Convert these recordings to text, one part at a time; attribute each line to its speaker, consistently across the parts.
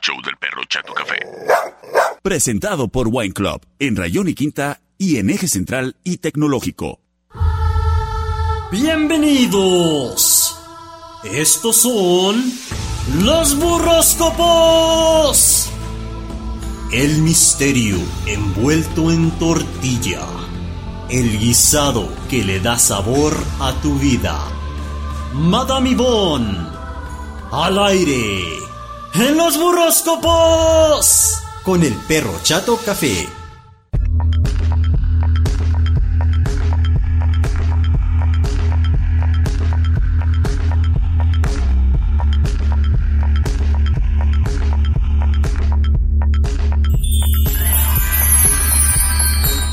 Speaker 1: show del perro Chato Café.
Speaker 2: Presentado por Wine Club en Rayón y Quinta y en Eje Central y Tecnológico.
Speaker 3: Bienvenidos. Estos son los burroscopos. El misterio envuelto en tortilla. El guisado que le da sabor a tu vida. Madame Yvonne. Al aire. En los burroscopos. Con el perro chato café.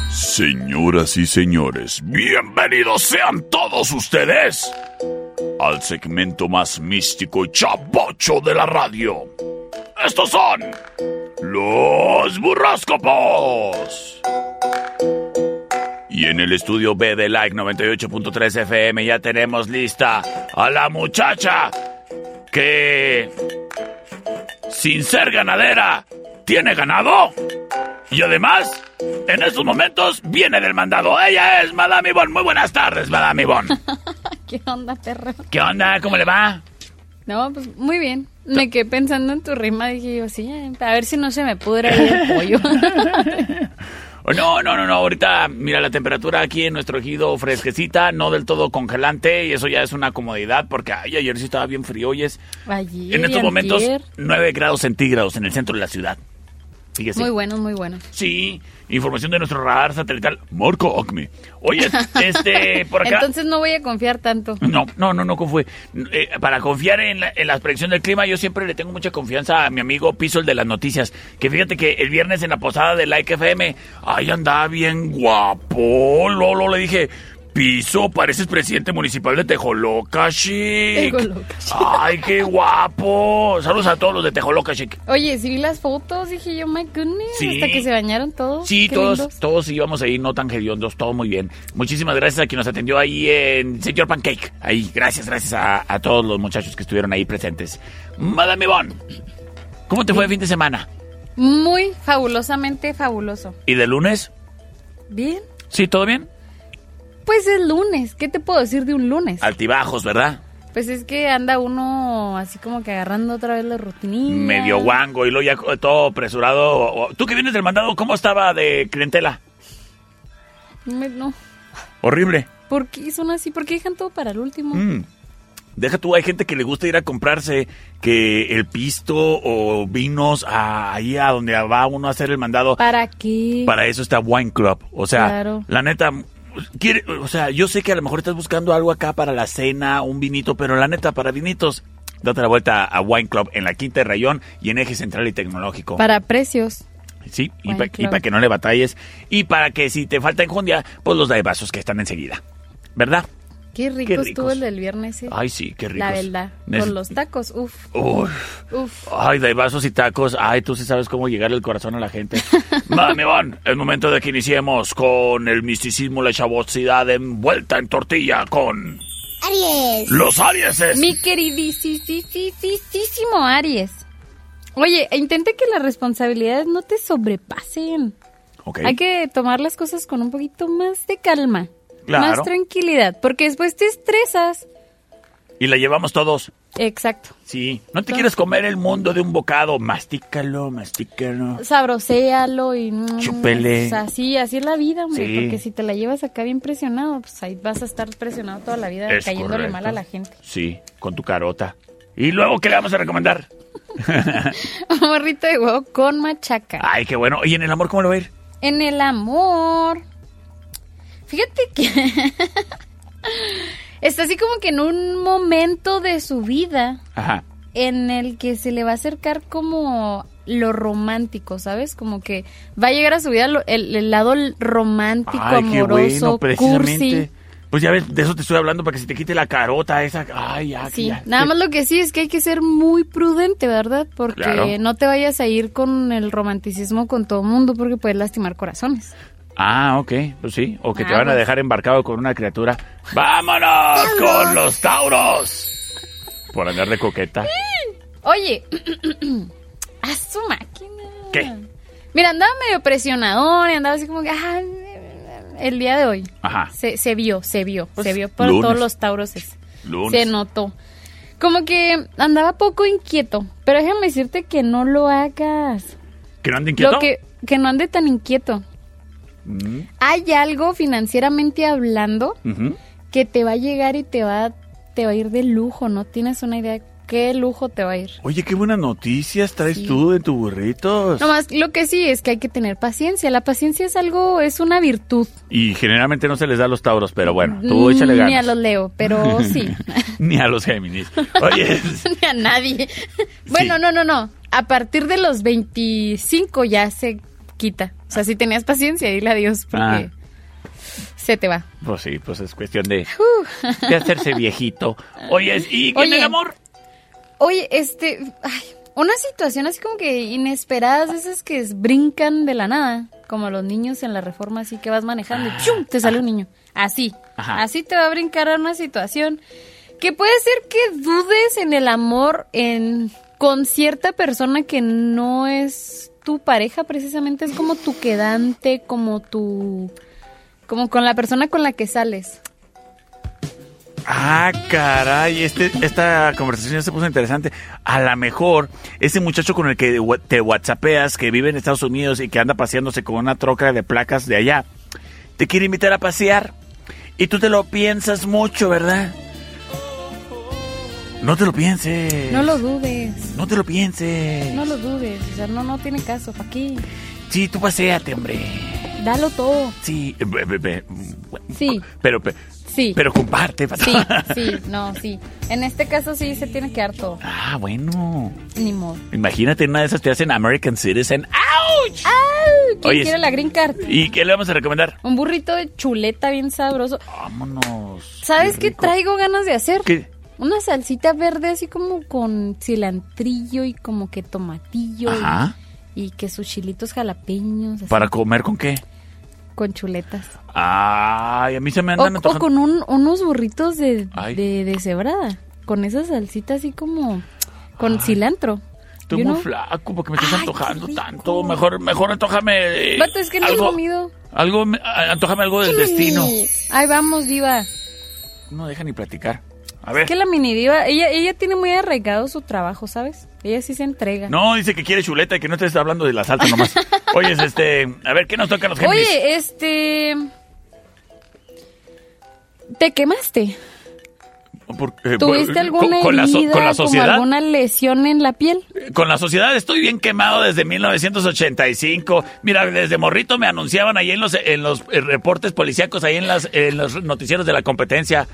Speaker 1: Señoras y señores, bienvenidos sean todos ustedes al segmento más místico y chabocho de la radio. Estos son los burroscopos. Y en el estudio B de Like 98.3 FM ya tenemos lista a la muchacha que, sin ser ganadera, tiene ganado. Y además, en estos momentos viene del mandado. Ella es Madame Ivonne. Muy buenas tardes, Madame Ivonne.
Speaker 4: ¿Qué onda, perro?
Speaker 1: ¿Qué onda? ¿Cómo le va?
Speaker 4: No, pues muy bien. Me quedé pensando en tu rima, dije yo, sí, eh, a ver si no se me pudre ahí el pollo.
Speaker 1: Oh, No, no, no, no. Ahorita, mira, la temperatura aquí en nuestro ejido fresquecita, no del todo congelante, y eso ya es una comodidad, porque ay, ayer sí estaba bien frío, y es
Speaker 4: Allí,
Speaker 1: en estos momentos 9 grados centígrados en el centro de la ciudad. Fíjese.
Speaker 4: Muy bueno, muy bueno.
Speaker 1: Sí, información de nuestro radar satelital, Morco OCME. Oye, este, por acá...
Speaker 4: Entonces no voy a confiar tanto.
Speaker 1: No, no, no, no confíe. Eh, para confiar en la, en la predicción del clima, yo siempre le tengo mucha confianza a mi amigo Piso, el de las noticias. Que fíjate que el viernes en la posada de Like FM, ahí andaba bien guapo. Lolo le dije, Piso, pareces presidente municipal de Tejoloca, chic.
Speaker 4: Tejoloca, chic.
Speaker 1: Ay, qué guapo. Saludos a todos los de Tejoloca, chic.
Speaker 4: Oye, si vi las fotos, dije yo, my goodness,
Speaker 1: Sí.
Speaker 4: hasta que se bañaron todos.
Speaker 1: Sí,
Speaker 4: qué
Speaker 1: todos,
Speaker 4: lindos.
Speaker 1: todos íbamos ahí, no tan hediondos, todo muy bien. Muchísimas gracias a quien nos atendió ahí en Señor Pancake. Ahí, gracias, gracias a, a todos los muchachos que estuvieron ahí presentes. Madame Ivonne, ¿cómo te fue el fin de semana?
Speaker 4: Muy fabulosamente fabuloso.
Speaker 1: ¿Y de lunes?
Speaker 4: Bien.
Speaker 1: ¿Sí, todo bien?
Speaker 4: Pues es lunes, ¿qué te puedo decir de un lunes?
Speaker 1: Altibajos, ¿verdad?
Speaker 4: Pues es que anda uno así como que agarrando otra vez la rutinilla.
Speaker 1: Medio guango y luego ya co- todo apresurado. O- o- Tú que vienes del mandado, ¿cómo estaba de clientela?
Speaker 4: Me- No,
Speaker 1: Horrible.
Speaker 4: ¿por qué son así? ¿Por qué dejan todo para el último?
Speaker 1: Mm. Deja tú, hay gente que le gusta ir a comprarse que el pisto o vinos a- ahí a donde va uno a hacer el mandado.
Speaker 4: ¿Para qué?
Speaker 1: Para eso está Wine Club. O sea,
Speaker 4: Claro.
Speaker 1: la neta, quiere- o sea, yo sé que a lo mejor estás buscando algo acá para la cena, un vinito, pero la neta, para vinitos, date la vuelta a Wine Club en la Quinta de Rayón y en Eje Central y Tecnológico.
Speaker 4: Para precios.
Speaker 1: sí, y
Speaker 4: Wine
Speaker 1: para
Speaker 4: Club.
Speaker 1: que no le batalles. Y para que si te falta enjundia, pues los vasos que están enseguida. ¿Verdad?
Speaker 4: Qué rico
Speaker 1: Qué
Speaker 4: estuvo
Speaker 1: ricos.
Speaker 4: el del viernes, eh.
Speaker 1: Ay, sí, qué ricos.
Speaker 4: La verdad.
Speaker 1: Neces-
Speaker 4: Con los tacos, uf,
Speaker 1: Uf.
Speaker 4: uf.
Speaker 1: Ay, vasos y tacos. Ay, tú sí sabes cómo llegarle el corazón a la gente. Madame Ivonne, es momento de que iniciemos con el misticismo, la chavosidad envuelta en tortilla con
Speaker 5: Aries,
Speaker 1: los Arieses.
Speaker 4: Mi queridísimo Aries. Oye, e intente que las responsabilidades no te sobrepasen.
Speaker 1: Ok.
Speaker 4: Hay que tomar las cosas con un poquito más de calma.
Speaker 1: Claro.
Speaker 4: Más tranquilidad, porque después te estresas.
Speaker 1: Y la llevamos todos.
Speaker 4: Exacto.
Speaker 1: Sí. No te quieres comer el mundo de un bocado. Mastícalo, mastícalo.
Speaker 4: Sabroséalo y... mm,
Speaker 1: Chúpele.
Speaker 4: pues así, así es la vida, hombre.
Speaker 1: Sí.
Speaker 4: Porque si te la llevas acá bien presionado, pues ahí vas a estar presionado toda la vida,
Speaker 1: Es
Speaker 4: cayéndole
Speaker 1: correcto.
Speaker 4: mal a la gente.
Speaker 1: Sí, con tu carota. ¿Y luego qué le vamos a recomendar?
Speaker 4: Morrito de huevo con machaca.
Speaker 1: Ay, qué bueno. ¿Y en el amor cómo lo va a ir?
Speaker 4: En el amor. Fíjate que. está así como que en un momento de su vida
Speaker 1: Ajá.
Speaker 4: en el que se le va a acercar como lo romántico, ¿sabes? Como que va a llegar a su vida lo- el, el lado romántico,
Speaker 1: Ay, qué bueno,
Speaker 4: amoroso, cursi.
Speaker 1: precisamente. Pues ya ves, de eso te estoy hablando para que se te quite la carota esa. Ay, ya.
Speaker 4: Sí,
Speaker 1: Ah, ya.
Speaker 4: nada más lo que sí es que hay que ser muy prudente, ¿verdad? Porque
Speaker 1: Claro.
Speaker 4: no te vayas a ir con el romanticismo con todo mundo porque puedes lastimar corazones.
Speaker 1: Ah, ok, pues sí. O que te
Speaker 4: Ah,
Speaker 1: van a
Speaker 4: pues.
Speaker 1: dejar embarcado con una criatura. ¡Vámonos con los Tauros! Por andar de coqueta.
Speaker 4: Oye, ah, su esquina.
Speaker 1: ¿Qué?
Speaker 4: Mira, andaba medio presionador y andaba así como que. ah, el día de hoy.
Speaker 1: Ajá.
Speaker 4: Se, se vio, se vio.
Speaker 1: Pues,
Speaker 4: se vio por
Speaker 1: lunes.
Speaker 4: todos los tauroses.
Speaker 1: Lunes.
Speaker 4: Se notó. Como que andaba poco inquieto. Pero déjame decirte que no lo hagas.
Speaker 1: ¿Que no ande inquieto?
Speaker 4: Lo que, que no ande tan inquieto.
Speaker 1: Mm,
Speaker 4: Hay algo financieramente hablando
Speaker 1: ujú.
Speaker 4: que te va a llegar y te va, te va a ir de lujo. No tienes una idea de qué lujo te va a ir.
Speaker 1: Oye, qué buenas noticias traes tú de tu burritos.
Speaker 4: Nomás lo que sí es que hay que tener paciencia. La paciencia es algo, es una virtud.
Speaker 1: Y generalmente no se les da a los tauros, pero bueno, tú échale ganas.
Speaker 4: Ni a los Leo, pero sí.
Speaker 1: Ni a los Géminis. Oye,
Speaker 4: Ni a nadie. Bueno,
Speaker 1: Sí.
Speaker 4: no, no, no. A partir de los 25 ya se quita. O sea, si tenías paciencia, dile adiós
Speaker 1: Ah.
Speaker 4: porque se te va.
Speaker 1: pues sí, pues es cuestión de, de hacerse viejito. Oye, ¿y quién
Speaker 4: Oye.
Speaker 1: el amor?
Speaker 4: Oye, este, ay, una situación así como que inesperadas, de esas que brincan de la nada, como los niños en la reforma, así que vas manejando y ¡pium! te sale un niño. Así,
Speaker 1: Ajá.
Speaker 4: así te va a brincar a una situación que puede ser que dudes en el amor en con cierta persona que no es tu pareja precisamente, es como tu quedante, como tu como con la persona con la que sales.
Speaker 1: Ah, caray, este, esta conversación ya se puso interesante. A lo mejor ese muchacho con el que wa- te whatsappeas, que vive en Estados Unidos y que anda paseándose con una troca de placas de allá, te quiere invitar a pasear. Y tú te lo piensas mucho, ¿verdad? No te lo pienses.
Speaker 4: No lo dudes.
Speaker 1: No te lo pienses.
Speaker 4: No lo dudes, o sea, no, no tiene caso, ¿para qué?
Speaker 1: Sí, tú paseate, hombre.
Speaker 4: Dalo todo.
Speaker 1: Sí, eh, be- be- be-
Speaker 4: Sí.
Speaker 1: Pero, pe-
Speaker 4: Sí.
Speaker 1: pero comparte. pata.
Speaker 4: Sí, sí, no, sí. En este caso sí se tiene que dar todo.
Speaker 1: Ah, bueno.
Speaker 4: Ni modo.
Speaker 1: Imagínate, en una de esas te hacen American Citizen. ¡Auch!
Speaker 4: ¡Ay! ¿Quién
Speaker 1: Oye,
Speaker 4: quiere
Speaker 1: sí.
Speaker 4: la green card?
Speaker 1: ¿Y qué le vamos a recomendar?
Speaker 4: Un burrito de chuleta bien sabroso.
Speaker 1: Vámonos.
Speaker 4: ¿Sabes qué
Speaker 1: rico.
Speaker 4: traigo ganas de hacer?
Speaker 1: ¿Qué?
Speaker 4: Una salsita verde así como con cilantrillo y como que tomatillo. y-
Speaker 1: Ajá.
Speaker 4: Y, que sus chilitos jalapeños. así,
Speaker 1: ¿Para comer con qué?
Speaker 4: Con chuletas.
Speaker 1: Ay, a mí se me
Speaker 4: O,
Speaker 1: andan
Speaker 4: o
Speaker 1: antojando.
Speaker 4: con un- unos burritos de,
Speaker 1: Ay.
Speaker 4: de, de cebrada. Con esa salsita así como con cilantro.
Speaker 1: Estoy
Speaker 4: you
Speaker 1: muy
Speaker 4: know?
Speaker 1: flaco porque me estás
Speaker 4: Ay, qué
Speaker 1: antojando
Speaker 4: rico.
Speaker 1: tanto. Mejor, mejor antojame. eh,
Speaker 4: Vato, es que no he
Speaker 1: algo,
Speaker 4: comido.
Speaker 1: Algo, eh, antojame algo del destino. Eh.
Speaker 4: Ahí vamos, diva.
Speaker 1: No deja ni platicar. A ver.
Speaker 4: Es que la mini diva, ella, ella tiene muy arraigado su trabajo, ¿sabes? Ella sí se entrega.
Speaker 1: No, dice que quiere chuleta y que no te está hablando de la salsa nomás. Oye, este, a ver, ¿qué nos toca a los Géminis?
Speaker 4: Oye, este... ¿Te quemaste?
Speaker 1: Por- eh, por-
Speaker 4: ¿Tuviste alguna
Speaker 1: Eh, con, con la so-
Speaker 4: herida,
Speaker 1: con la
Speaker 4: como
Speaker 1: sociedad?
Speaker 4: alguna lesión en la piel?
Speaker 1: Con la sociedad estoy bien quemado desde 1985. Mira, desde morrito me anunciaban ahí en los, en los eh, reportes policíacos, ahí en, las, en los noticieros de la competencia.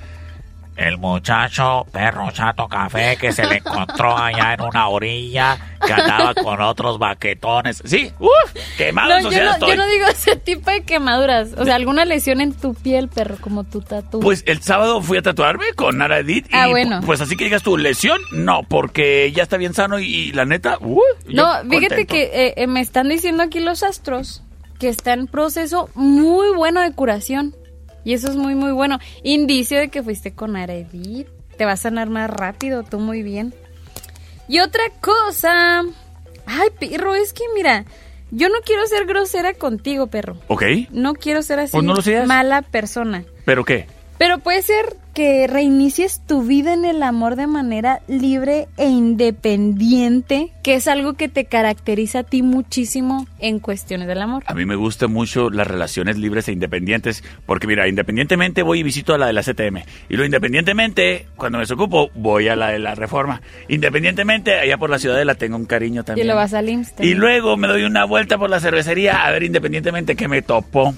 Speaker 5: El muchacho perro chato café que se le encontró allá en una orilla que andaba con otros baquetones.
Speaker 1: Sí, ¡Uf! quemado en
Speaker 4: No, yo
Speaker 1: Ah, sociedad
Speaker 4: no,
Speaker 1: estoy.
Speaker 4: yo no digo ese tipo de quemaduras. O sea, alguna lesión en tu piel, perro, como tu tatu.
Speaker 1: Pues el sábado fui a tatuarme con Nara Edith y
Speaker 4: Ah, bueno.
Speaker 1: pu- pues así que digas tu lesión, no, porque ya está bien sano y, y la neta, uh, yo
Speaker 4: No, fíjate
Speaker 1: contento.
Speaker 4: que eh, eh, me están diciendo aquí los astros que está en proceso muy bueno de curación. Y eso es muy, muy bueno. Indicio de que fuiste con Aredit. Te va a sanar más rápido, tú muy bien. Y otra cosa. Ay, perro, es que mira, yo no quiero ser grosera contigo, perro.
Speaker 1: Ok,
Speaker 4: No quiero ser así
Speaker 1: Pues no lo seas.
Speaker 4: mala persona.
Speaker 1: ¿pero qué?
Speaker 4: Pero puede ser que reinicies tu vida en el amor de manera libre e independiente, que es algo que te caracteriza a ti muchísimo en cuestiones del amor.
Speaker 1: A mí me gustan mucho las relaciones libres e independientes, porque mira, independientemente voy y visito a la de la CTM. Y lo independientemente, cuando me desocupo, voy a la de la Reforma. Independientemente, allá por la ciudadela tengo un cariño también.
Speaker 4: Y lo vas al Insta.
Speaker 1: Y luego me doy una vuelta por la cervecería a ver independientemente qué me topo.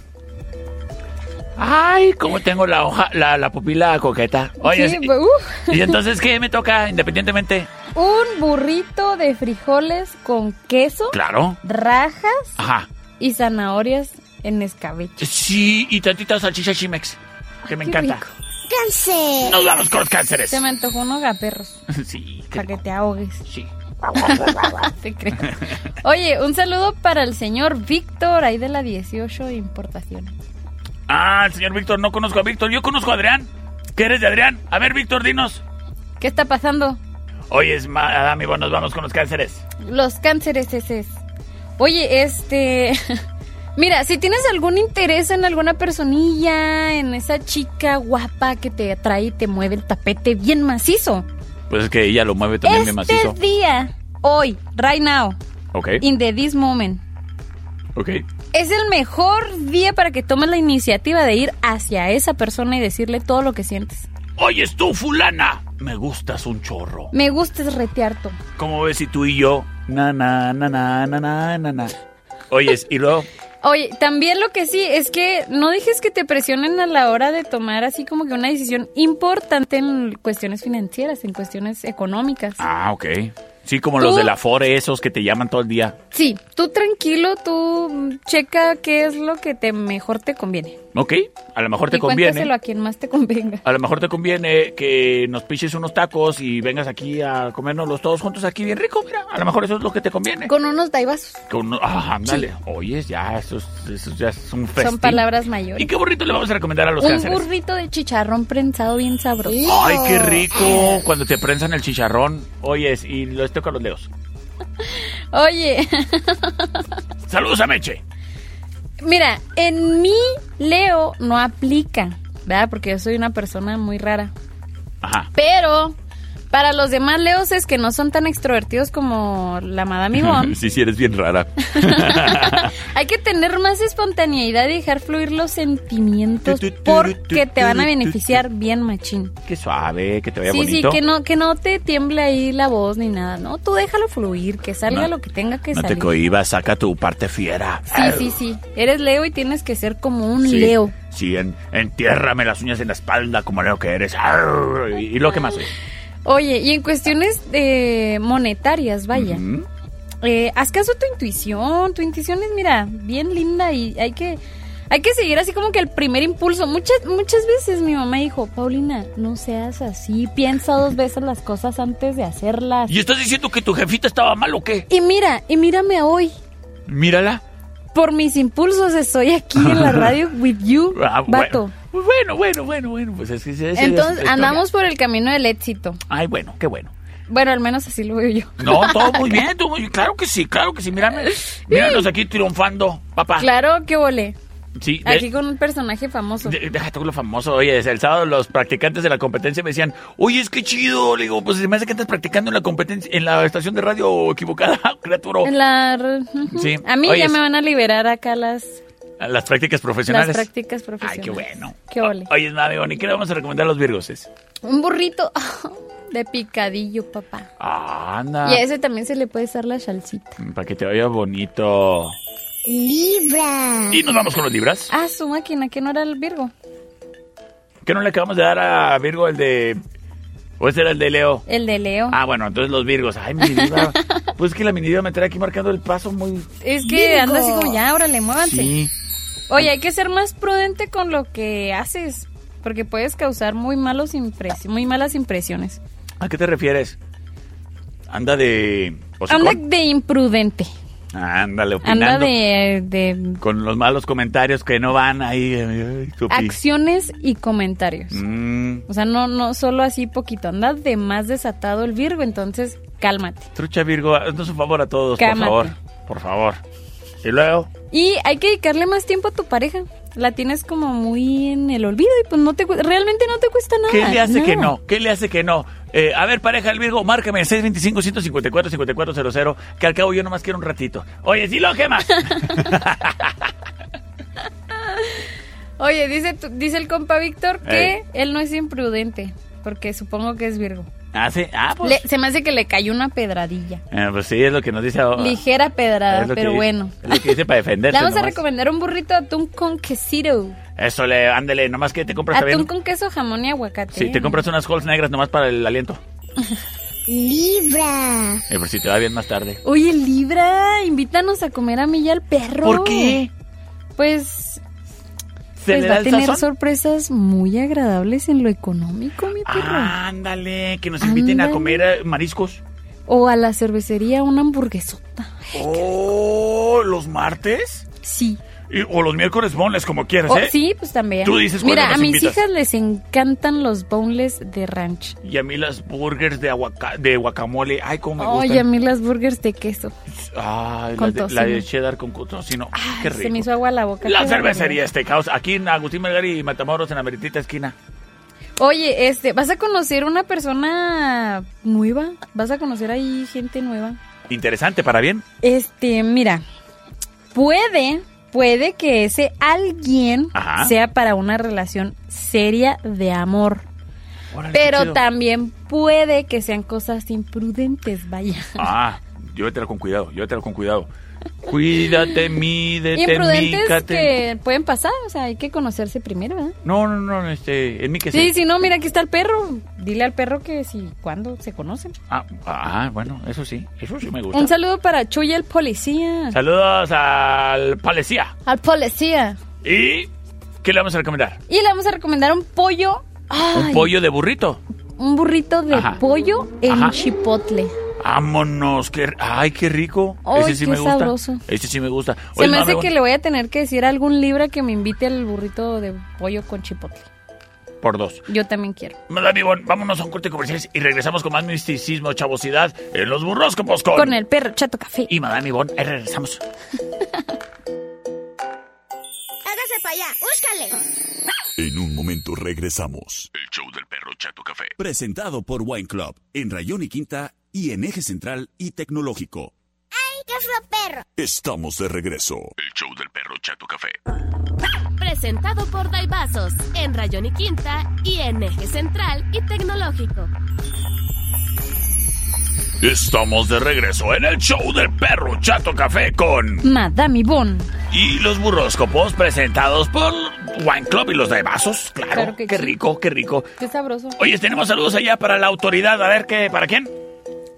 Speaker 1: Ay, cómo tengo la hoja, la, la pupila coqueta. Oye,
Speaker 4: Sí,
Speaker 1: sí.
Speaker 4: pues, uf.
Speaker 1: y entonces, ¿qué me toca independientemente?
Speaker 4: Un burrito de frijoles con queso,
Speaker 1: Claro.
Speaker 4: rajas
Speaker 1: Ajá.
Speaker 4: y zanahorias en escabeche.
Speaker 1: Sí, y tantita salchicha chimex, que me
Speaker 4: Qué
Speaker 1: encanta.
Speaker 4: rico.
Speaker 1: Nos vamos con los cánceres.
Speaker 4: Se me antojó un hogaperros
Speaker 1: Sí, qué
Speaker 4: para que
Speaker 1: rico.
Speaker 4: te ahogues. Ah,
Speaker 1: Sí.
Speaker 4: Te creo. Oye, un saludo para el señor Víctor, ahí de la 18 importación.
Speaker 1: Ah, el señor Víctor, no conozco a Víctor. Yo conozco a Adrián. ¿Qué eres de Adrián? A ver, Víctor, dinos.
Speaker 4: ¿Qué está pasando?
Speaker 1: Oye, es ma- Adam, y bueno, nos vamos con los cánceres.
Speaker 4: Los cánceres ese es. Oye, este. Mira, si tienes algún interés en alguna personilla, en esa chica guapa que te atrae y te mueve el tapete bien macizo.
Speaker 1: Pues es que ella lo mueve también bien
Speaker 4: este
Speaker 1: macizo.
Speaker 4: día, hoy, right now,
Speaker 1: Ok,
Speaker 4: in the this moment,
Speaker 1: ok.
Speaker 4: es el mejor día para que tomes la iniciativa de ir hacia esa persona y decirle todo lo que sientes.
Speaker 1: Oyes tú, fulana. Me gustas un chorro.
Speaker 4: Me gusta retear tú.
Speaker 1: ¿Cómo ves si tú y yo? Na, na, na, na, na, na, na, na. Oyes, y luego...
Speaker 4: Oye, también lo que sí es que no dejes que te presionen a la hora de tomar así como que una decisión importante en cuestiones financieras, en cuestiones económicas.
Speaker 1: Ah, ok. Sí, como los
Speaker 4: Tú-
Speaker 1: de la Fore, esos que te llaman todo el día.
Speaker 4: Sí, tú tranquilo, tú mm, checa qué es lo que te mejor te conviene.
Speaker 1: Ok, a lo mejor te
Speaker 4: y cuéntaselo
Speaker 1: conviene.
Speaker 4: a quien más te convenga.
Speaker 1: A lo mejor te conviene que nos piches unos tacos y vengas aquí a comérnoslos todos juntos aquí bien rico, mira. A lo mejor eso es lo que te conviene.
Speaker 4: Con unos daibazos.
Speaker 1: Con uno- ah, ándale. Oyes, ya, eso, es- eso ya es un festín.
Speaker 4: Son palabras
Speaker 1: ¿Y
Speaker 4: mayores.
Speaker 1: qué burrito le vamos a recomendar a los
Speaker 4: Un
Speaker 1: cánceres?
Speaker 4: burrito de chicharrón prensado bien sabroso.
Speaker 1: Ay, qué rico. Cuando te prensan el chicharrón. Oyes, y los toca los leos.
Speaker 4: Oye,
Speaker 1: Saludos a Meche.
Speaker 4: mira, en mi Leo no aplica, ¿verdad? Porque yo soy una persona muy rara.
Speaker 1: Ajá.
Speaker 4: Pero para los demás leoses que no son tan extrovertidos como la Madame Yvonne,
Speaker 1: sí, sí, eres bien rara.
Speaker 4: hay que tener más espontaneidad y dejar fluir los sentimientos porque te van a beneficiar bien machín.
Speaker 1: Qué suave, que te vaya
Speaker 4: Sí,
Speaker 1: bonito.
Speaker 4: sí, que no, que no te tiemble ahí la voz ni nada, ¿no? Tú déjalo fluir, que salga
Speaker 1: No,
Speaker 4: lo que tenga que
Speaker 1: No te
Speaker 4: salir.
Speaker 1: cohibas, saca tu parte fiera.
Speaker 4: sí, sí, sí. Eres Leo y tienes que ser como un
Speaker 1: Sí,
Speaker 4: Leo.
Speaker 1: Sí, en, entiérrame las uñas en la espalda como Leo que eres. Arr, y, y lo que más. oye.
Speaker 4: Oye, y en cuestiones eh, monetarias, vaya.
Speaker 1: Ujú.
Speaker 4: Eh, haz caso a tu intuición. Tu intuición es, mira, bien linda y hay que, hay que seguir así como que el primer impulso. Muchas, muchas veces mi mamá dijo, Paulina, no seas así. Piensa dos veces las cosas antes de hacerlas.
Speaker 1: ¿Y estás diciendo que tu jefita estaba mal o qué?
Speaker 4: Y mira, y mírame hoy.
Speaker 1: Mírala.
Speaker 4: Por mis impulsos estoy aquí en la radio with you,
Speaker 1: Ah,
Speaker 4: vato.
Speaker 1: Bueno, bueno, bueno, bueno. Pues es que esa es la
Speaker 4: Entonces,
Speaker 1: historia.
Speaker 4: andamos por el camino del éxito.
Speaker 1: Ay, bueno, qué bueno.
Speaker 4: Bueno, al menos así lo veo yo.
Speaker 1: No, todo muy bien, todo muy bien. Claro que sí, claro que sí. Mírame. Míranos aquí triunfando, papá.
Speaker 4: Claro que volé.
Speaker 1: Sí, Ah. de-
Speaker 4: Aquí con un personaje famoso.
Speaker 1: De- Deja tú lo famoso, oye, el sábado los practicantes de la competencia me decían, oye, es que chido, le digo, pues se me hace que estás practicando en la competencia, en la estación de radio equivocada, criatura,
Speaker 4: En la r-
Speaker 1: oh.
Speaker 4: ujú.
Speaker 1: Sí.
Speaker 4: A mí
Speaker 1: Oye,
Speaker 4: ya
Speaker 1: es-
Speaker 4: me van a liberar acá las,
Speaker 1: las prácticas
Speaker 4: las
Speaker 1: profesionales.
Speaker 4: prácticas profesionales.
Speaker 1: Ay, qué bueno.
Speaker 4: Qué ole.
Speaker 1: Oye, nada, Bonnie, ¿qué le vamos a recomendar a los virgoses?
Speaker 4: Un burrito de picadillo, papá.
Speaker 1: Ah, anda, Mm,
Speaker 4: Y a ese también se le puede usar la salsita.
Speaker 1: para que te vaya bonito.
Speaker 6: Libra.
Speaker 1: Y nos vamos con los libras,
Speaker 4: Ah, su máquina, que no era el Virgo.
Speaker 1: que no le acabamos de dar a Virgo el de, o este era el de Leo.
Speaker 4: El de Leo.
Speaker 1: Ah, bueno, entonces los virgos, ay, mi diva, pues es que la mi diva me trae aquí marcando el paso muy...
Speaker 4: es que anda así como ya, órale, muévanse.
Speaker 1: Sí.
Speaker 4: Oye, hay que ser más prudente con lo que haces. Porque puedes causar muy, malos impres- muy malas impresiones.
Speaker 1: ¿A qué te refieres? Anda de. hocicón.
Speaker 4: Anda de imprudente.
Speaker 1: Ándale, opinando.
Speaker 4: Anda de- de
Speaker 1: Con los malos comentarios que no van ahí. ay, tu pi-
Speaker 4: acciones y comentarios.
Speaker 1: Mm,
Speaker 4: O sea, no, no, solo así poquito. Anda de más desatado el Virgo, entonces cálmate.
Speaker 1: trucha Virgo, haznos un favor a todos,
Speaker 4: Cámate.
Speaker 1: por favor. Por favor. Y luego.
Speaker 4: Y hay que dedicarle más tiempo a tu pareja. La tienes como muy en el olvido y pues no te cu- realmente no te cuesta nada.
Speaker 1: ¿Qué le hace
Speaker 4: nada.
Speaker 1: que no? ¿Qué le hace que no? Eh, a ver, pareja del Virgo, márcame 625-154-5400, que al cabo yo nomás quiero un ratito. Oye, sí lo quemas.
Speaker 4: Oye, dice, tu- dice el compa Víctor que
Speaker 1: Ey.
Speaker 4: él no es imprudente, porque supongo que es Virgo.
Speaker 1: ah, sí. Ah, pues.
Speaker 4: Le- se me hace que le cayó una pedradilla.
Speaker 1: Eh, pues sí, es lo que nos dice ahora.
Speaker 4: Ligera
Speaker 1: Es
Speaker 4: pedrada,
Speaker 1: lo que
Speaker 4: pero
Speaker 1: dice-
Speaker 4: bueno.
Speaker 1: Es lo que dice para
Speaker 4: Le
Speaker 1: defenderse.
Speaker 4: vamos a
Speaker 1: nomás.
Speaker 4: recomendar un burrito de atún con quesito.
Speaker 1: Eso le, ándele, nomás que te compras
Speaker 4: Atún
Speaker 1: también.
Speaker 4: con queso, jamón y aguacate.
Speaker 1: Sí, te
Speaker 4: ¿eh?
Speaker 1: compras unas holes negras nomás para el aliento.
Speaker 6: Libra.
Speaker 1: Eh, por si te va bien más tarde.
Speaker 4: Oye, Libra, invítanos a comer a mí y al perro.
Speaker 1: ¿Por qué?
Speaker 4: Pues,
Speaker 1: ¿Se le
Speaker 4: pues va
Speaker 1: da
Speaker 4: a
Speaker 1: el
Speaker 4: tener
Speaker 1: sazón?
Speaker 4: sorpresas muy agradables en lo económico, mi perro.
Speaker 1: Ah, ándale, que nos inviten a
Speaker 4: Ándale.
Speaker 1: comer eh, mariscos.
Speaker 4: O a la cervecería una hamburguesota.
Speaker 1: Oh, los martes.
Speaker 4: Sí.
Speaker 1: Y- o los miércoles boneless, como quieras,
Speaker 4: O-
Speaker 1: ¿eh?
Speaker 4: sí, pues también.
Speaker 1: Tú dices cuándo
Speaker 4: Mira, a
Speaker 1: nos
Speaker 4: mis
Speaker 1: invitas.
Speaker 4: hijas les encantan los boneless de ranch.
Speaker 1: Y a mí las burgers de, aguaca- de guacamole. Ay, cómo me
Speaker 4: Oye, a
Speaker 1: gustan.
Speaker 4: mí las burgers de queso.
Speaker 1: Ay, la
Speaker 4: con
Speaker 1: de, la de
Speaker 4: tocino.
Speaker 1: cheddar con cu- tocino. Ay, qué
Speaker 4: Ay,
Speaker 1: rico.
Speaker 4: Se me hizo agua la boca.
Speaker 1: La
Speaker 4: qué
Speaker 1: cervecería
Speaker 4: barbaridad.
Speaker 1: Steakhouse, aquí en Agustín Melgari y Matamoros, en la meritita esquina.
Speaker 4: Oye, este, vas a conocer una persona nueva. Vas a conocer ahí gente nueva.
Speaker 1: Interesante, para bien.
Speaker 4: Este, mira, puede, puede que ese alguien
Speaker 1: Ajá.
Speaker 4: sea para una relación seria de amor.
Speaker 1: Órale, qué
Speaker 4: Pero
Speaker 1: chido.
Speaker 4: también puede que sean cosas imprudentes, vaya.
Speaker 1: Ah, llévatelo con cuidado, llévatelo con cuidado. Cuídate, mídete,
Speaker 4: Imprudentes
Speaker 1: mícate.
Speaker 4: que pueden pasar, o sea, hay que conocerse primero, ¿verdad?
Speaker 1: No, no, no, este, en mí que
Speaker 4: Sí,
Speaker 1: sí.
Speaker 4: si no, mira, aquí está el perro. Dile al perro que si, cuando se conocen.
Speaker 1: Ah, ah, bueno, eso sí, eso sí me gusta.
Speaker 4: Un saludo para Chuy el policía.
Speaker 1: Saludos al Palecía.
Speaker 4: Al policía.
Speaker 1: ¿Y qué le vamos a recomendar?
Speaker 4: Y le vamos a recomendar un pollo.
Speaker 1: Un
Speaker 4: Ay,
Speaker 1: pollo de burrito.
Speaker 4: un burrito de
Speaker 1: Ajá.
Speaker 4: pollo en
Speaker 1: Ajá.
Speaker 4: chipotle.
Speaker 1: Vámonos, qué, ay, qué rico.
Speaker 4: Ay,
Speaker 1: Ese sí
Speaker 4: qué
Speaker 1: me gusta.
Speaker 4: sabroso.
Speaker 1: Ese sí me gusta.
Speaker 4: Se
Speaker 1: Oye,
Speaker 4: me
Speaker 1: no,
Speaker 4: hace
Speaker 1: me-
Speaker 4: que le voy a tener que decir a algún libra que me invite al burrito de pollo con chipotle.
Speaker 1: Por dos.
Speaker 4: Yo también quiero.
Speaker 1: Madame Ivonne, vámonos a un corte comercial y regresamos con más misticismo, chavosidad en los burroscopos con...
Speaker 4: Con el perro chato café.
Speaker 1: Y Madame Ivonne, ahí regresamos.
Speaker 6: Hágase para allá, búscale.
Speaker 2: En un momento regresamos.
Speaker 1: El show del perro Chato Café.
Speaker 2: Presentado por Wine Club en Rayón y Quinta y en Eje Central y Tecnológico.
Speaker 6: ¿Qué es lo perro?
Speaker 2: Estamos de regreso.
Speaker 1: El show del perro Chato Café.
Speaker 7: Presentado por Daibazos, en Rayón y Quinta y en Eje Central y Tecnológico.
Speaker 1: Estamos de regreso en el show del perro Chato Café con...
Speaker 4: Madame Ivonne.
Speaker 1: Y los burroscopos presentados por Wine Club y los de vasos, claro.
Speaker 4: Claro que
Speaker 1: qué
Speaker 4: sí.
Speaker 1: rico, qué rico.
Speaker 4: Qué sabroso.
Speaker 1: Oye, tenemos saludos allá para la autoridad. A ver, ¿qué? ¿Para quién?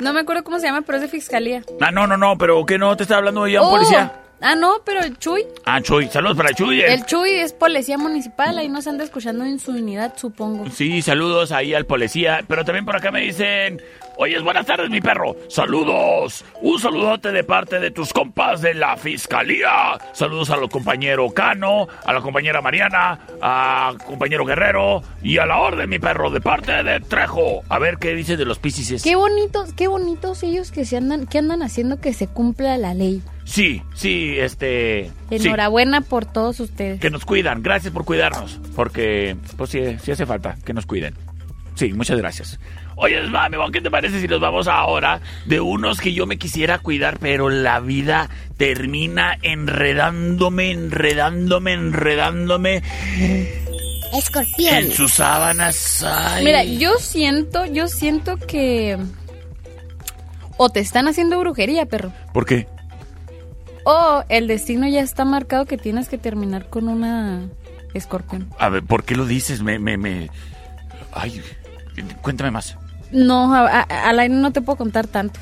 Speaker 4: No me acuerdo cómo se llama, pero es de fiscalía.
Speaker 1: Ah, no, no, no, pero ¿qué no? ¿Te está hablando ya un
Speaker 4: Oh,
Speaker 1: policía?
Speaker 4: Ah, no, pero el Chuy.
Speaker 1: Ah, Chuy, saludos para Chuy. el-
Speaker 4: El Chuy es policía municipal, ahí nos anda escuchando en su unidad, supongo.
Speaker 1: Sí, saludos ahí al policía, pero también por acá me dicen, oye, buenas tardes mi perro, saludos, un saludote de parte de tus compas de la fiscalía, saludos a los compañero Cano, a la compañera Mariana, a compañero Guerrero y a la orden mi perro de parte de Trejo. A ver qué dice de los piscis.
Speaker 4: Qué bonitos, qué bonitos ellos que se andan, que andan haciendo que se cumpla la ley.
Speaker 1: Sí, sí, este, sí,
Speaker 4: Enhorabuena por todos ustedes.
Speaker 1: que nos cuidan, gracias por cuidarnos, porque pues sí, sí hace falta que nos cuiden. Sí, muchas gracias. Oye, mami, ¿qué te parece si nos vamos ahora de unos que yo me quisiera cuidar, pero la vida termina enredándome, enredándome, enredándome en
Speaker 6: Escorpión.
Speaker 1: sus sábanas? Ay.
Speaker 4: Mira, yo siento, yo siento que o te están haciendo brujería, perro,
Speaker 1: ¿Por qué?
Speaker 4: o el destino ya está marcado que tienes que terminar con una escorpión.
Speaker 1: A ver, ¿por qué lo dices? Me, me, me... Ay, cuéntame más.
Speaker 4: No, a- a- al aire no te puedo contar tanto.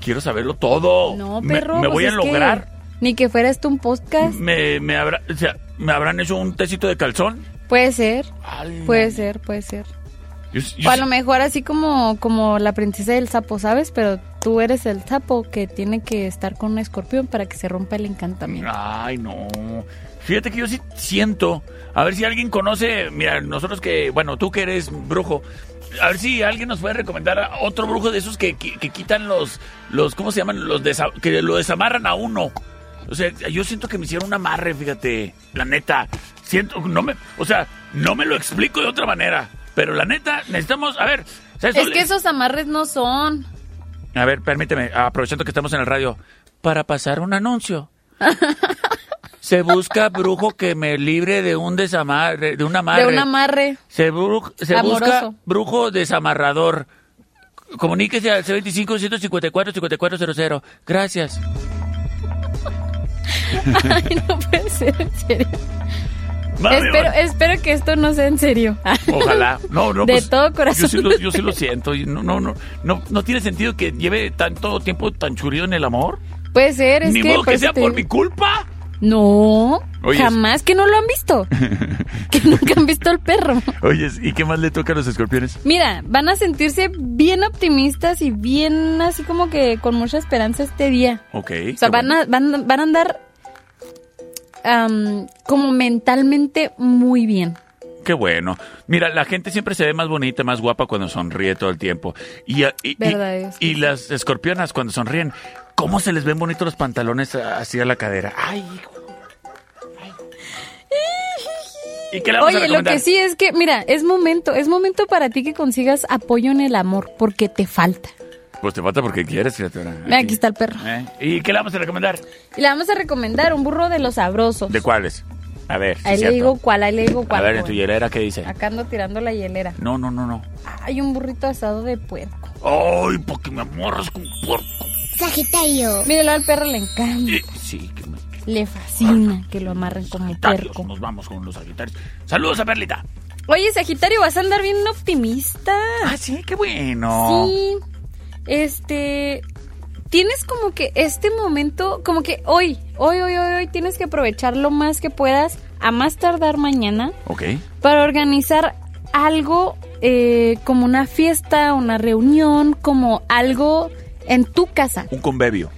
Speaker 1: Quiero saberlo todo.
Speaker 4: No,
Speaker 1: Oh, Me-
Speaker 4: perro.
Speaker 1: Me,
Speaker 4: pues
Speaker 1: voy a
Speaker 4: es que
Speaker 1: lograr.
Speaker 4: Ni que fuera esto un podcast.
Speaker 1: Me, me, habrá- o sea, ¿Me habrán hecho un tecito de calzón?
Speaker 4: Puede ser,
Speaker 1: Ay,
Speaker 4: puede ser, puede ser.
Speaker 1: yo- yo-
Speaker 4: O a lo mejor así como, como la princesa del sapo, ¿sabes? Pero tú eres el sapo que tiene que estar con un escorpión para que se rompa el encantamiento.
Speaker 1: Ay, no. Fíjate que yo sí siento. A ver si alguien conoce. Mira, nosotros que. Bueno, tú que eres brujo. A ver si alguien nos puede recomendar a otro brujo de esos que, que- que quitan los, los. ¿Cómo se llaman? Los desa- que lo desamarran a uno. O sea, yo siento que me hicieron un amarre, fíjate. La neta. Siento. No me, o sea, no me lo explico de otra manera. Pero la neta, necesitamos. A ver. ¿sabes?
Speaker 4: Es que esos amarres no son.
Speaker 1: A ver, permíteme, aprovechando que estamos en el radio, para pasar un anuncio. Se busca brujo que me libre de un desamarre, de un amarre.
Speaker 4: De un amarre.
Speaker 1: Se, bru- se busca
Speaker 4: Amoroso.
Speaker 1: brujo desamarrador. Comuníquese al C25-154-5400. Gracias.
Speaker 4: Ay, no puede ser, en serio. Espero, espero que esto no sea en serio.
Speaker 1: Ojalá. No, no,
Speaker 4: De
Speaker 1: pues,
Speaker 4: todo corazón.
Speaker 1: Yo sí lo, yo sí lo siento. y No, no, no, no, no tiene sentido que lleve tanto tiempo tan churido en el amor.
Speaker 4: Puede ser, es
Speaker 1: Ni
Speaker 4: que.
Speaker 1: modo
Speaker 4: por
Speaker 1: que
Speaker 4: eso
Speaker 1: sea
Speaker 4: te
Speaker 1: por mi
Speaker 4: digo-
Speaker 1: culpa.
Speaker 4: No,
Speaker 1: Oye, es-
Speaker 4: jamás que no lo han visto. que nunca han visto el perro.
Speaker 1: Oye, ¿y qué más le toca a los escorpiones?
Speaker 4: Mira, van a sentirse bien optimistas y bien así como que con mucha esperanza este día.
Speaker 1: Ok.
Speaker 4: O sea, van a, van, van a andar am, como mentalmente muy bien.
Speaker 1: Qué bueno. Mira, la gente siempre se ve más bonita, más guapa cuando sonríe todo el tiempo. Y, y- y-
Speaker 4: Verdad es que
Speaker 1: y las escorpionas cuando sonríen, ¿cómo se les ven bonitos los pantalones así a la cadera? Ay, hijo. Ay. ¿Y qué le vamos a
Speaker 4: Oye, lo
Speaker 1: recomendar?
Speaker 4: que sí es que, mira, es momento, es momento para ti que consigas apoyo en el amor, porque te falta.
Speaker 1: Pues te falta porque quieres, criatura.
Speaker 4: Mira, aquí está el perro.
Speaker 1: ¿Eh? ¿Y qué le vamos a recomendar?
Speaker 4: Y le vamos a recomendar un burro de los sabrosos.
Speaker 1: ¿De cuáles? A ver, sí
Speaker 4: Ahí
Speaker 1: es
Speaker 4: le
Speaker 1: cierto.
Speaker 4: digo cuál, ahí le digo
Speaker 1: A
Speaker 4: cuál.
Speaker 1: ver, en tu
Speaker 4: joven.
Speaker 1: hielera, ¿qué dice?
Speaker 4: Acá ando tirando la hielera.
Speaker 1: No, no, no, no.
Speaker 4: Hay un burrito asado de puerco.
Speaker 1: Ay, porque me amorras con porco.
Speaker 6: Sagitario.
Speaker 4: Míralo al perro le encanta.
Speaker 1: Eh, Sí, que me...
Speaker 4: Le fascina que lo amarren como
Speaker 1: Sagitarios,
Speaker 4: puerco.
Speaker 1: nos vamos con los sagitarios. Saludos a Perlita.
Speaker 4: Oye, Sagitario, vas a andar bien optimista.
Speaker 1: Ah, sí, qué bueno.
Speaker 4: Sí. Este. Tienes como que este momento, como que hoy, hoy, hoy, hoy, hoy, tienes que aprovechar lo más que puedas, a más tardar mañana,
Speaker 1: Ok.
Speaker 4: para organizar algo eh, como una fiesta, una reunión, como algo en tu casa.
Speaker 1: Un convebio.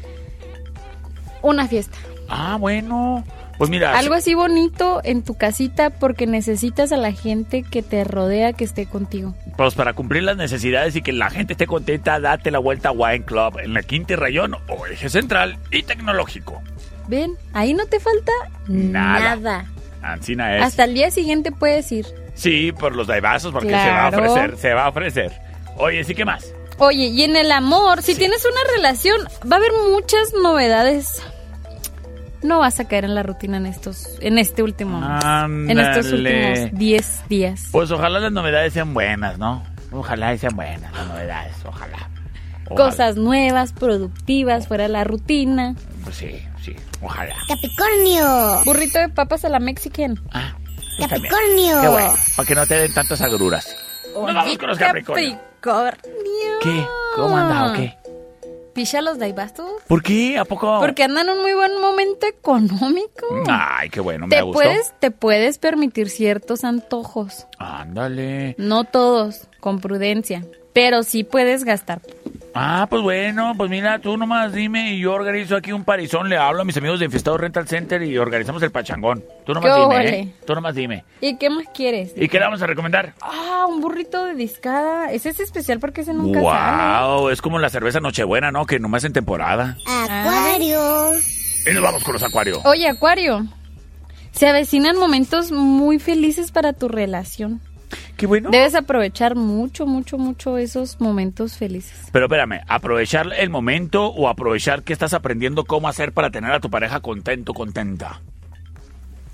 Speaker 4: Una fiesta.
Speaker 1: Ah, bueno. Pues mira,
Speaker 4: Algo así bonito en tu casita porque necesitas a la gente que te rodea, que esté contigo.
Speaker 1: pues para cumplir las necesidades y que la gente esté contenta, date la vuelta a Wine Club en la Quinta y Rayón o Eje Central y Tecnológico.
Speaker 4: Ven, ahí no te falta
Speaker 1: Nada.
Speaker 4: nada.
Speaker 1: Ancina es.
Speaker 4: Hasta el día siguiente puedes ir.
Speaker 1: Sí, por los daibazos, porque se
Speaker 4: Claro.
Speaker 1: va a ofrecer, se va a ofrecer. Oye, ¿sí qué más?
Speaker 4: Oye, y en el amor, si tienes una relación, va a haber muchas novedades. No vas a caer en la rutina en estos, en este último mes. En estos
Speaker 1: Ándale.
Speaker 4: últimos 10 días.
Speaker 1: Pues ojalá las novedades sean buenas, ¿no? Ojalá y sean buenas las novedades, ojalá. Ojalá.
Speaker 4: Cosas nuevas, productivas, fuera de la rutina.
Speaker 1: Pues sí, sí, ojalá.
Speaker 6: Capricornio.
Speaker 4: Burrito de papas a la mexican.
Speaker 1: Ah, pues también.
Speaker 6: Capricornio.
Speaker 1: Qué bueno,
Speaker 4: Oh.
Speaker 1: para que no te den tantas agruras. Nos vamos
Speaker 4: Oye,
Speaker 1: con los Capricornio.
Speaker 4: Capricornio.
Speaker 1: ¿Qué? ¿Cómo anda o qué?
Speaker 4: Picha los daibastos.
Speaker 1: ¿Por qué? ¿A poco? Mm,
Speaker 4: Porque andan en un muy buen momento económico.
Speaker 1: Ay, qué bueno, Ah, me
Speaker 4: te
Speaker 1: gustó.
Speaker 4: puedes, te puedes permitir ciertos antojos.
Speaker 1: Ándale.
Speaker 4: No todos, con prudencia. Pero sí puedes gastar.
Speaker 1: Ah, pues bueno, pues mira, tú nomás dime y yo organizo aquí un parizón, le hablo a mis amigos de Infestado Rental Center y organizamos el pachangón. Tú nomás
Speaker 4: Qué
Speaker 1: dime,
Speaker 4: ole.
Speaker 1: ¿eh? Tú nomás dime.
Speaker 4: ¿Y qué más quieres?
Speaker 1: ¿Y qué le vamos a recomendar?
Speaker 4: Ah, un burrito de discada. Ese es especial porque ese nunca sale.
Speaker 1: wow, es como la cerveza Nochebuena, ¿no? Que nomás en temporada.
Speaker 6: Acuario.
Speaker 1: Y nos vamos con los acuarios.
Speaker 4: Oye, Acuario. Se avecinan momentos muy felices para tu relación.
Speaker 1: Qué bueno.
Speaker 4: Debes aprovechar mucho, mucho, mucho esos momentos felices.
Speaker 1: Pero espérame, ¿aprovechar el momento o aprovechar que estás aprendiendo cómo hacer para tener a tu pareja contento, contenta?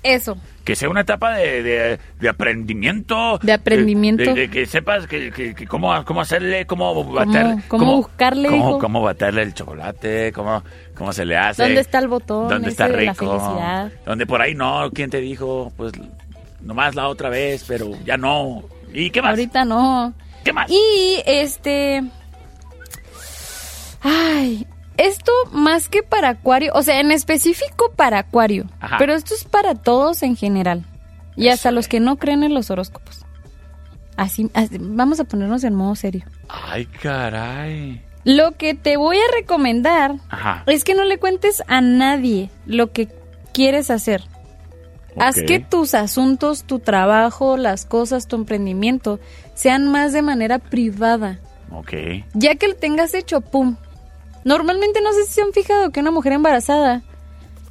Speaker 4: Eso.
Speaker 1: Que sea una etapa de, de- de aprendimiento.
Speaker 4: De aprendimiento.
Speaker 1: De, de que sepas que, que- que cómo, cómo hacerle, cómo
Speaker 4: cómo buscarle,
Speaker 1: Cómo,
Speaker 4: hijo.
Speaker 1: cómo baterle el chocolate, cómo, cómo se le hace.
Speaker 4: ¿Dónde está el botón
Speaker 1: ¿Dónde
Speaker 4: ese
Speaker 1: está
Speaker 4: de la
Speaker 1: rico?
Speaker 4: felicidad?
Speaker 1: ¿Dónde por ahí no? ¿Quién te dijo? Pues nomás la otra vez, pero ya no. ¿Y qué más?
Speaker 4: Ahorita no.
Speaker 1: ¿Qué más?
Speaker 4: Y este. Ay. Esto más que para Acuario, o sea, en específico para Acuario,
Speaker 1: Ajá.
Speaker 4: pero esto es para todos en general y hasta los que no creen en los horóscopos. Así, así- vamos a ponernos en modo serio.
Speaker 1: Ay, caray.
Speaker 4: Lo que te voy a recomendar
Speaker 1: Ajá.
Speaker 4: es que no le cuentes a nadie lo que quieres hacer. Haz
Speaker 1: Ok.
Speaker 4: que tus asuntos, tu trabajo, las cosas, tu emprendimiento sean más de manera privada.
Speaker 1: Ok.
Speaker 4: Ya que lo tengas hecho, pum. Normalmente no sé si se han fijado que una mujer embarazada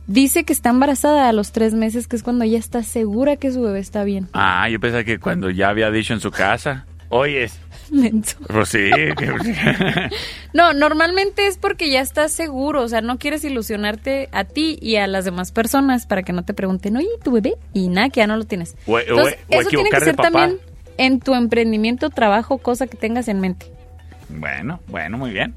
Speaker 4: dice que está embarazada a los tres meses, que es cuando ella está segura que su bebé está bien.
Speaker 1: Ah, yo pensaba que cuando ya había dicho en su casa. Oyes.
Speaker 4: Menso.
Speaker 1: Pues sí. que-
Speaker 4: No, normalmente es porque ya estás seguro, o sea, no quieres ilusionarte a ti y a las demás personas para que no te pregunten, oye, tu bebé, y nada, que ya no lo tienes.
Speaker 1: O- o-
Speaker 4: Entonces,
Speaker 1: o
Speaker 4: eso tiene
Speaker 1: equivocar
Speaker 4: que
Speaker 1: de
Speaker 4: ser
Speaker 1: papá.
Speaker 4: también en tu emprendimiento, trabajo, cosa que tengas en mente.
Speaker 1: bueno, bueno, muy bien.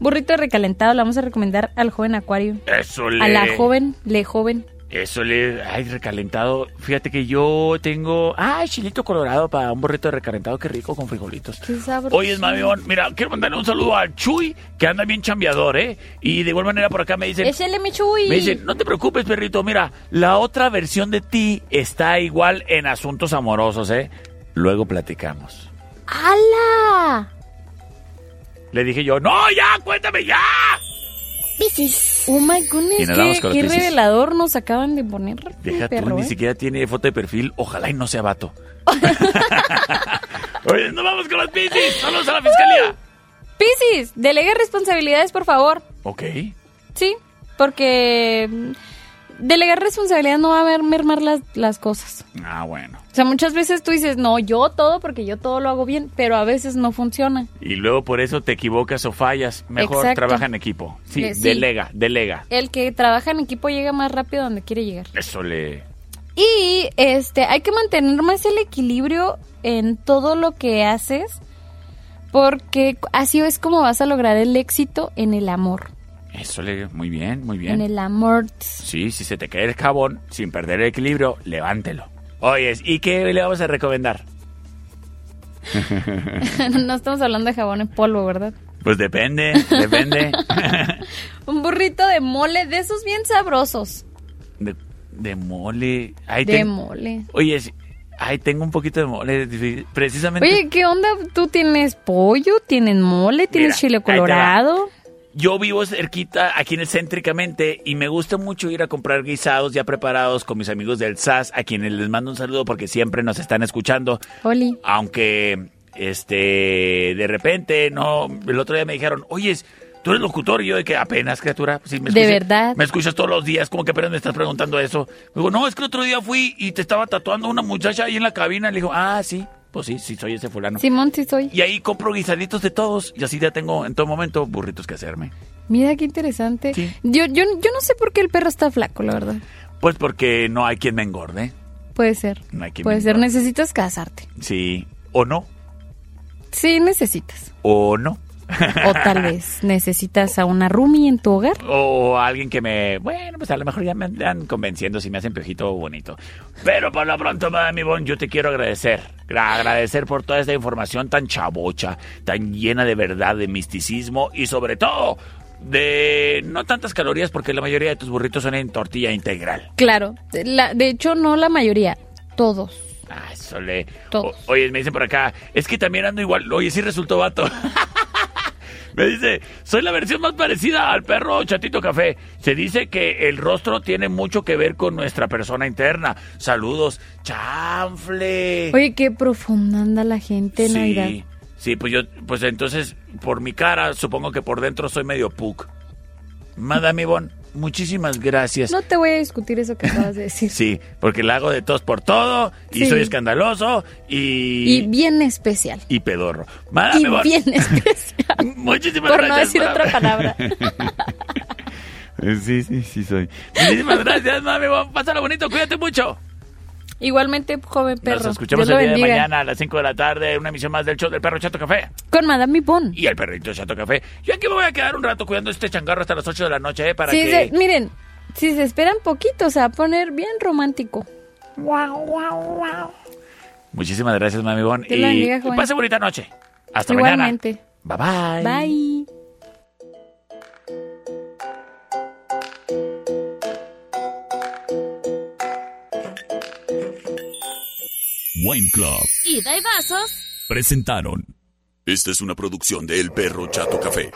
Speaker 4: Burrito recalentado, le vamos a recomendar al joven Acuario.
Speaker 1: Eso le.
Speaker 4: A la joven, le joven.
Speaker 1: Eso le. Ay, recalentado. Fíjate que yo tengo. Ay, chilito colorado para un burrito de recalentado. Qué rico con frijolitos.
Speaker 4: Qué sabroso.
Speaker 1: Oye, Mamión, mira, quiero mandarle un saludo al Chuy, que anda bien chambeador, ¿eh? Y de igual manera por acá me dicen.
Speaker 4: Es el Michuy.
Speaker 1: Me dicen, no te preocupes, perrito, mira, la otra versión de ti está igual en asuntos amorosos, ¿eh? Luego platicamos.
Speaker 4: ¡Hala!
Speaker 1: Le dije yo, no, ya, cuéntame ya.
Speaker 6: Piscis.
Speaker 4: Oh my goodness,
Speaker 1: Y nadamos
Speaker 4: qué,
Speaker 1: con los
Speaker 4: qué
Speaker 1: Piscis.
Speaker 4: revelador nos acaban de poner.
Speaker 1: Deja tú,
Speaker 4: perro,
Speaker 1: ni
Speaker 4: ¿eh?
Speaker 1: siquiera tiene foto de perfil. Ojalá y no sea vato. Oye, no vamos con los piscis. Vamos a la fiscalía.
Speaker 4: Uh. Piscis, delegue responsabilidades, por favor.
Speaker 1: Ok.
Speaker 4: Sí, porque mm, delegar responsabilidad no va a ver mermar las, las cosas.
Speaker 1: Ah, bueno.
Speaker 4: O sea, muchas veces tú dices, no, yo todo porque yo todo lo hago bien, pero a veces no funciona.
Speaker 1: Y luego por eso te equivocas o fallas. Mejor
Speaker 4: Exacto.
Speaker 1: trabaja en equipo. Sí,
Speaker 4: Eh, sí.
Speaker 1: delega, delega.
Speaker 4: El que trabaja en equipo llega más rápido a donde quiere llegar.
Speaker 1: Eso le...
Speaker 4: Y este, hay que mantener más el equilibrio en todo lo que haces, porque así es como vas a lograr el éxito en el amor.
Speaker 1: Eso le... Muy bien, muy bien.
Speaker 4: En el amor.
Speaker 1: Sí, si se te cae el jabón, sin perder el equilibrio, levántelo. Oyes, ¿y qué le vamos a recomendar?
Speaker 4: no estamos hablando de jabón en polvo, ¿verdad?
Speaker 1: Pues depende, depende.
Speaker 4: Un burrito de mole, de esos bien sabrosos.
Speaker 1: de, de mole. Ahí
Speaker 4: De
Speaker 1: ten-
Speaker 4: mole.
Speaker 1: Oye, sí, ay, tengo un poquito de mole. difi- Precisamente.
Speaker 4: Oye, ¿qué onda? ¿Tú tienes pollo? ¿Tienes mole? ¿Tienes
Speaker 1: Mira,
Speaker 4: chile
Speaker 1: ahí te va.
Speaker 4: colorado?
Speaker 1: Yo vivo cerquita, aquí en el Céntricamente, y me gusta mucho ir a comprar guisados ya preparados con mis amigos del SAS, a quienes les mando un saludo porque siempre nos están escuchando.
Speaker 4: Oli.
Speaker 1: Aunque, este, de repente, no, el otro día me dijeron, oye, tú eres locutor, y yo de que apenas, criatura, si me
Speaker 4: De
Speaker 1: escuchas-
Speaker 4: verdad.
Speaker 1: Me escuchas todos los días, como que apenas me estás preguntando eso. Digo, no, es que el otro día fui y te estaba tatuando una muchacha ahí en la cabina, le digo, ah, sí, pues sí, sí, soy ese fulano.
Speaker 4: Simón, sí soy.
Speaker 1: Y ahí compro guisaditos de todos y así ya tengo en todo momento burritos que hacerme.
Speaker 4: Mira qué interesante.
Speaker 1: Sí.
Speaker 4: Yo, yo, yo no sé por qué el perro está flaco, la verdad.
Speaker 1: Pues porque no hay quien me engorde.
Speaker 4: Puede ser.
Speaker 1: No hay quien
Speaker 4: Puede
Speaker 1: me
Speaker 4: ser.
Speaker 1: engorde.
Speaker 4: Necesitas casarte.
Speaker 1: Sí. O no.
Speaker 4: Sí, necesitas.
Speaker 1: O no.
Speaker 4: O tal vez necesitas a una roomie en tu hogar.
Speaker 1: O alguien que me... Bueno, pues a lo mejor ya me andan convenciendo si me hacen piojito bonito. Pero por lo pronto, Madame Ivonne, yo te quiero agradecer. Gra- Agradecer por toda esta información tan chabocha, tan llena de verdad, de misticismo y sobre todo de no tantas calorías porque la mayoría de tus burritos son en tortilla integral.
Speaker 4: Claro. La- de hecho, no la mayoría. Todos.
Speaker 1: Ah, eso le...
Speaker 4: Todos.
Speaker 1: O- oye, me dice por acá, es que también ando igual. Oye, sí resultó vato. me dice, soy la versión más parecida al perro chatito café. Se dice que el rostro tiene mucho que ver con nuestra persona interna. Saludos, chanfle.
Speaker 4: Oye, qué profunda anda la gente en Navidad.
Speaker 1: sí, sí, pues yo, pues entonces, por mi cara, supongo que por dentro soy medio puc. Madame Ivonne, muchísimas gracias.
Speaker 4: No te voy a discutir eso que acabas de decir.
Speaker 1: Sí, porque la hago de tos por todo y
Speaker 4: Sí.
Speaker 1: soy escandaloso y...
Speaker 4: Y bien especial.
Speaker 1: y pedorro. Madame
Speaker 4: Y
Speaker 1: Ivonne,
Speaker 4: bien especial.
Speaker 1: Muchísimas
Speaker 4: por no
Speaker 1: gracias.
Speaker 4: decir otra palabra.
Speaker 1: sí, sí, sí soy. Muchísimas gracias, mami. Pásalo bonito, cuídate mucho.
Speaker 4: Igualmente, joven perro.
Speaker 1: Nos escuchamos
Speaker 4: Dios lo
Speaker 1: el día de
Speaker 4: bendiga.
Speaker 1: mañana a las 5 de la tarde, una emisión más del show del perro Chato Café
Speaker 4: Con Madame Ivonne.
Speaker 1: y el perrito Chato Café. Yo aquí me voy a quedar un rato cuidando este changarro hasta las 8 de la noche, ¿eh? Para
Speaker 4: Si
Speaker 1: que...
Speaker 4: se- miren, si se esperan poquito, se va a poner bien romántico.
Speaker 1: Muchísimas gracias, mami Bon.
Speaker 4: Dios lo bendiga,
Speaker 1: que
Speaker 4: joven.
Speaker 1: pase bonita noche. Hasta
Speaker 4: Igualmente.
Speaker 1: mañana. Bye bye.
Speaker 4: Bye.
Speaker 2: Wine Club
Speaker 7: Ida y vasos
Speaker 2: presentaron. Esta es una producción de El Perro Chato Café.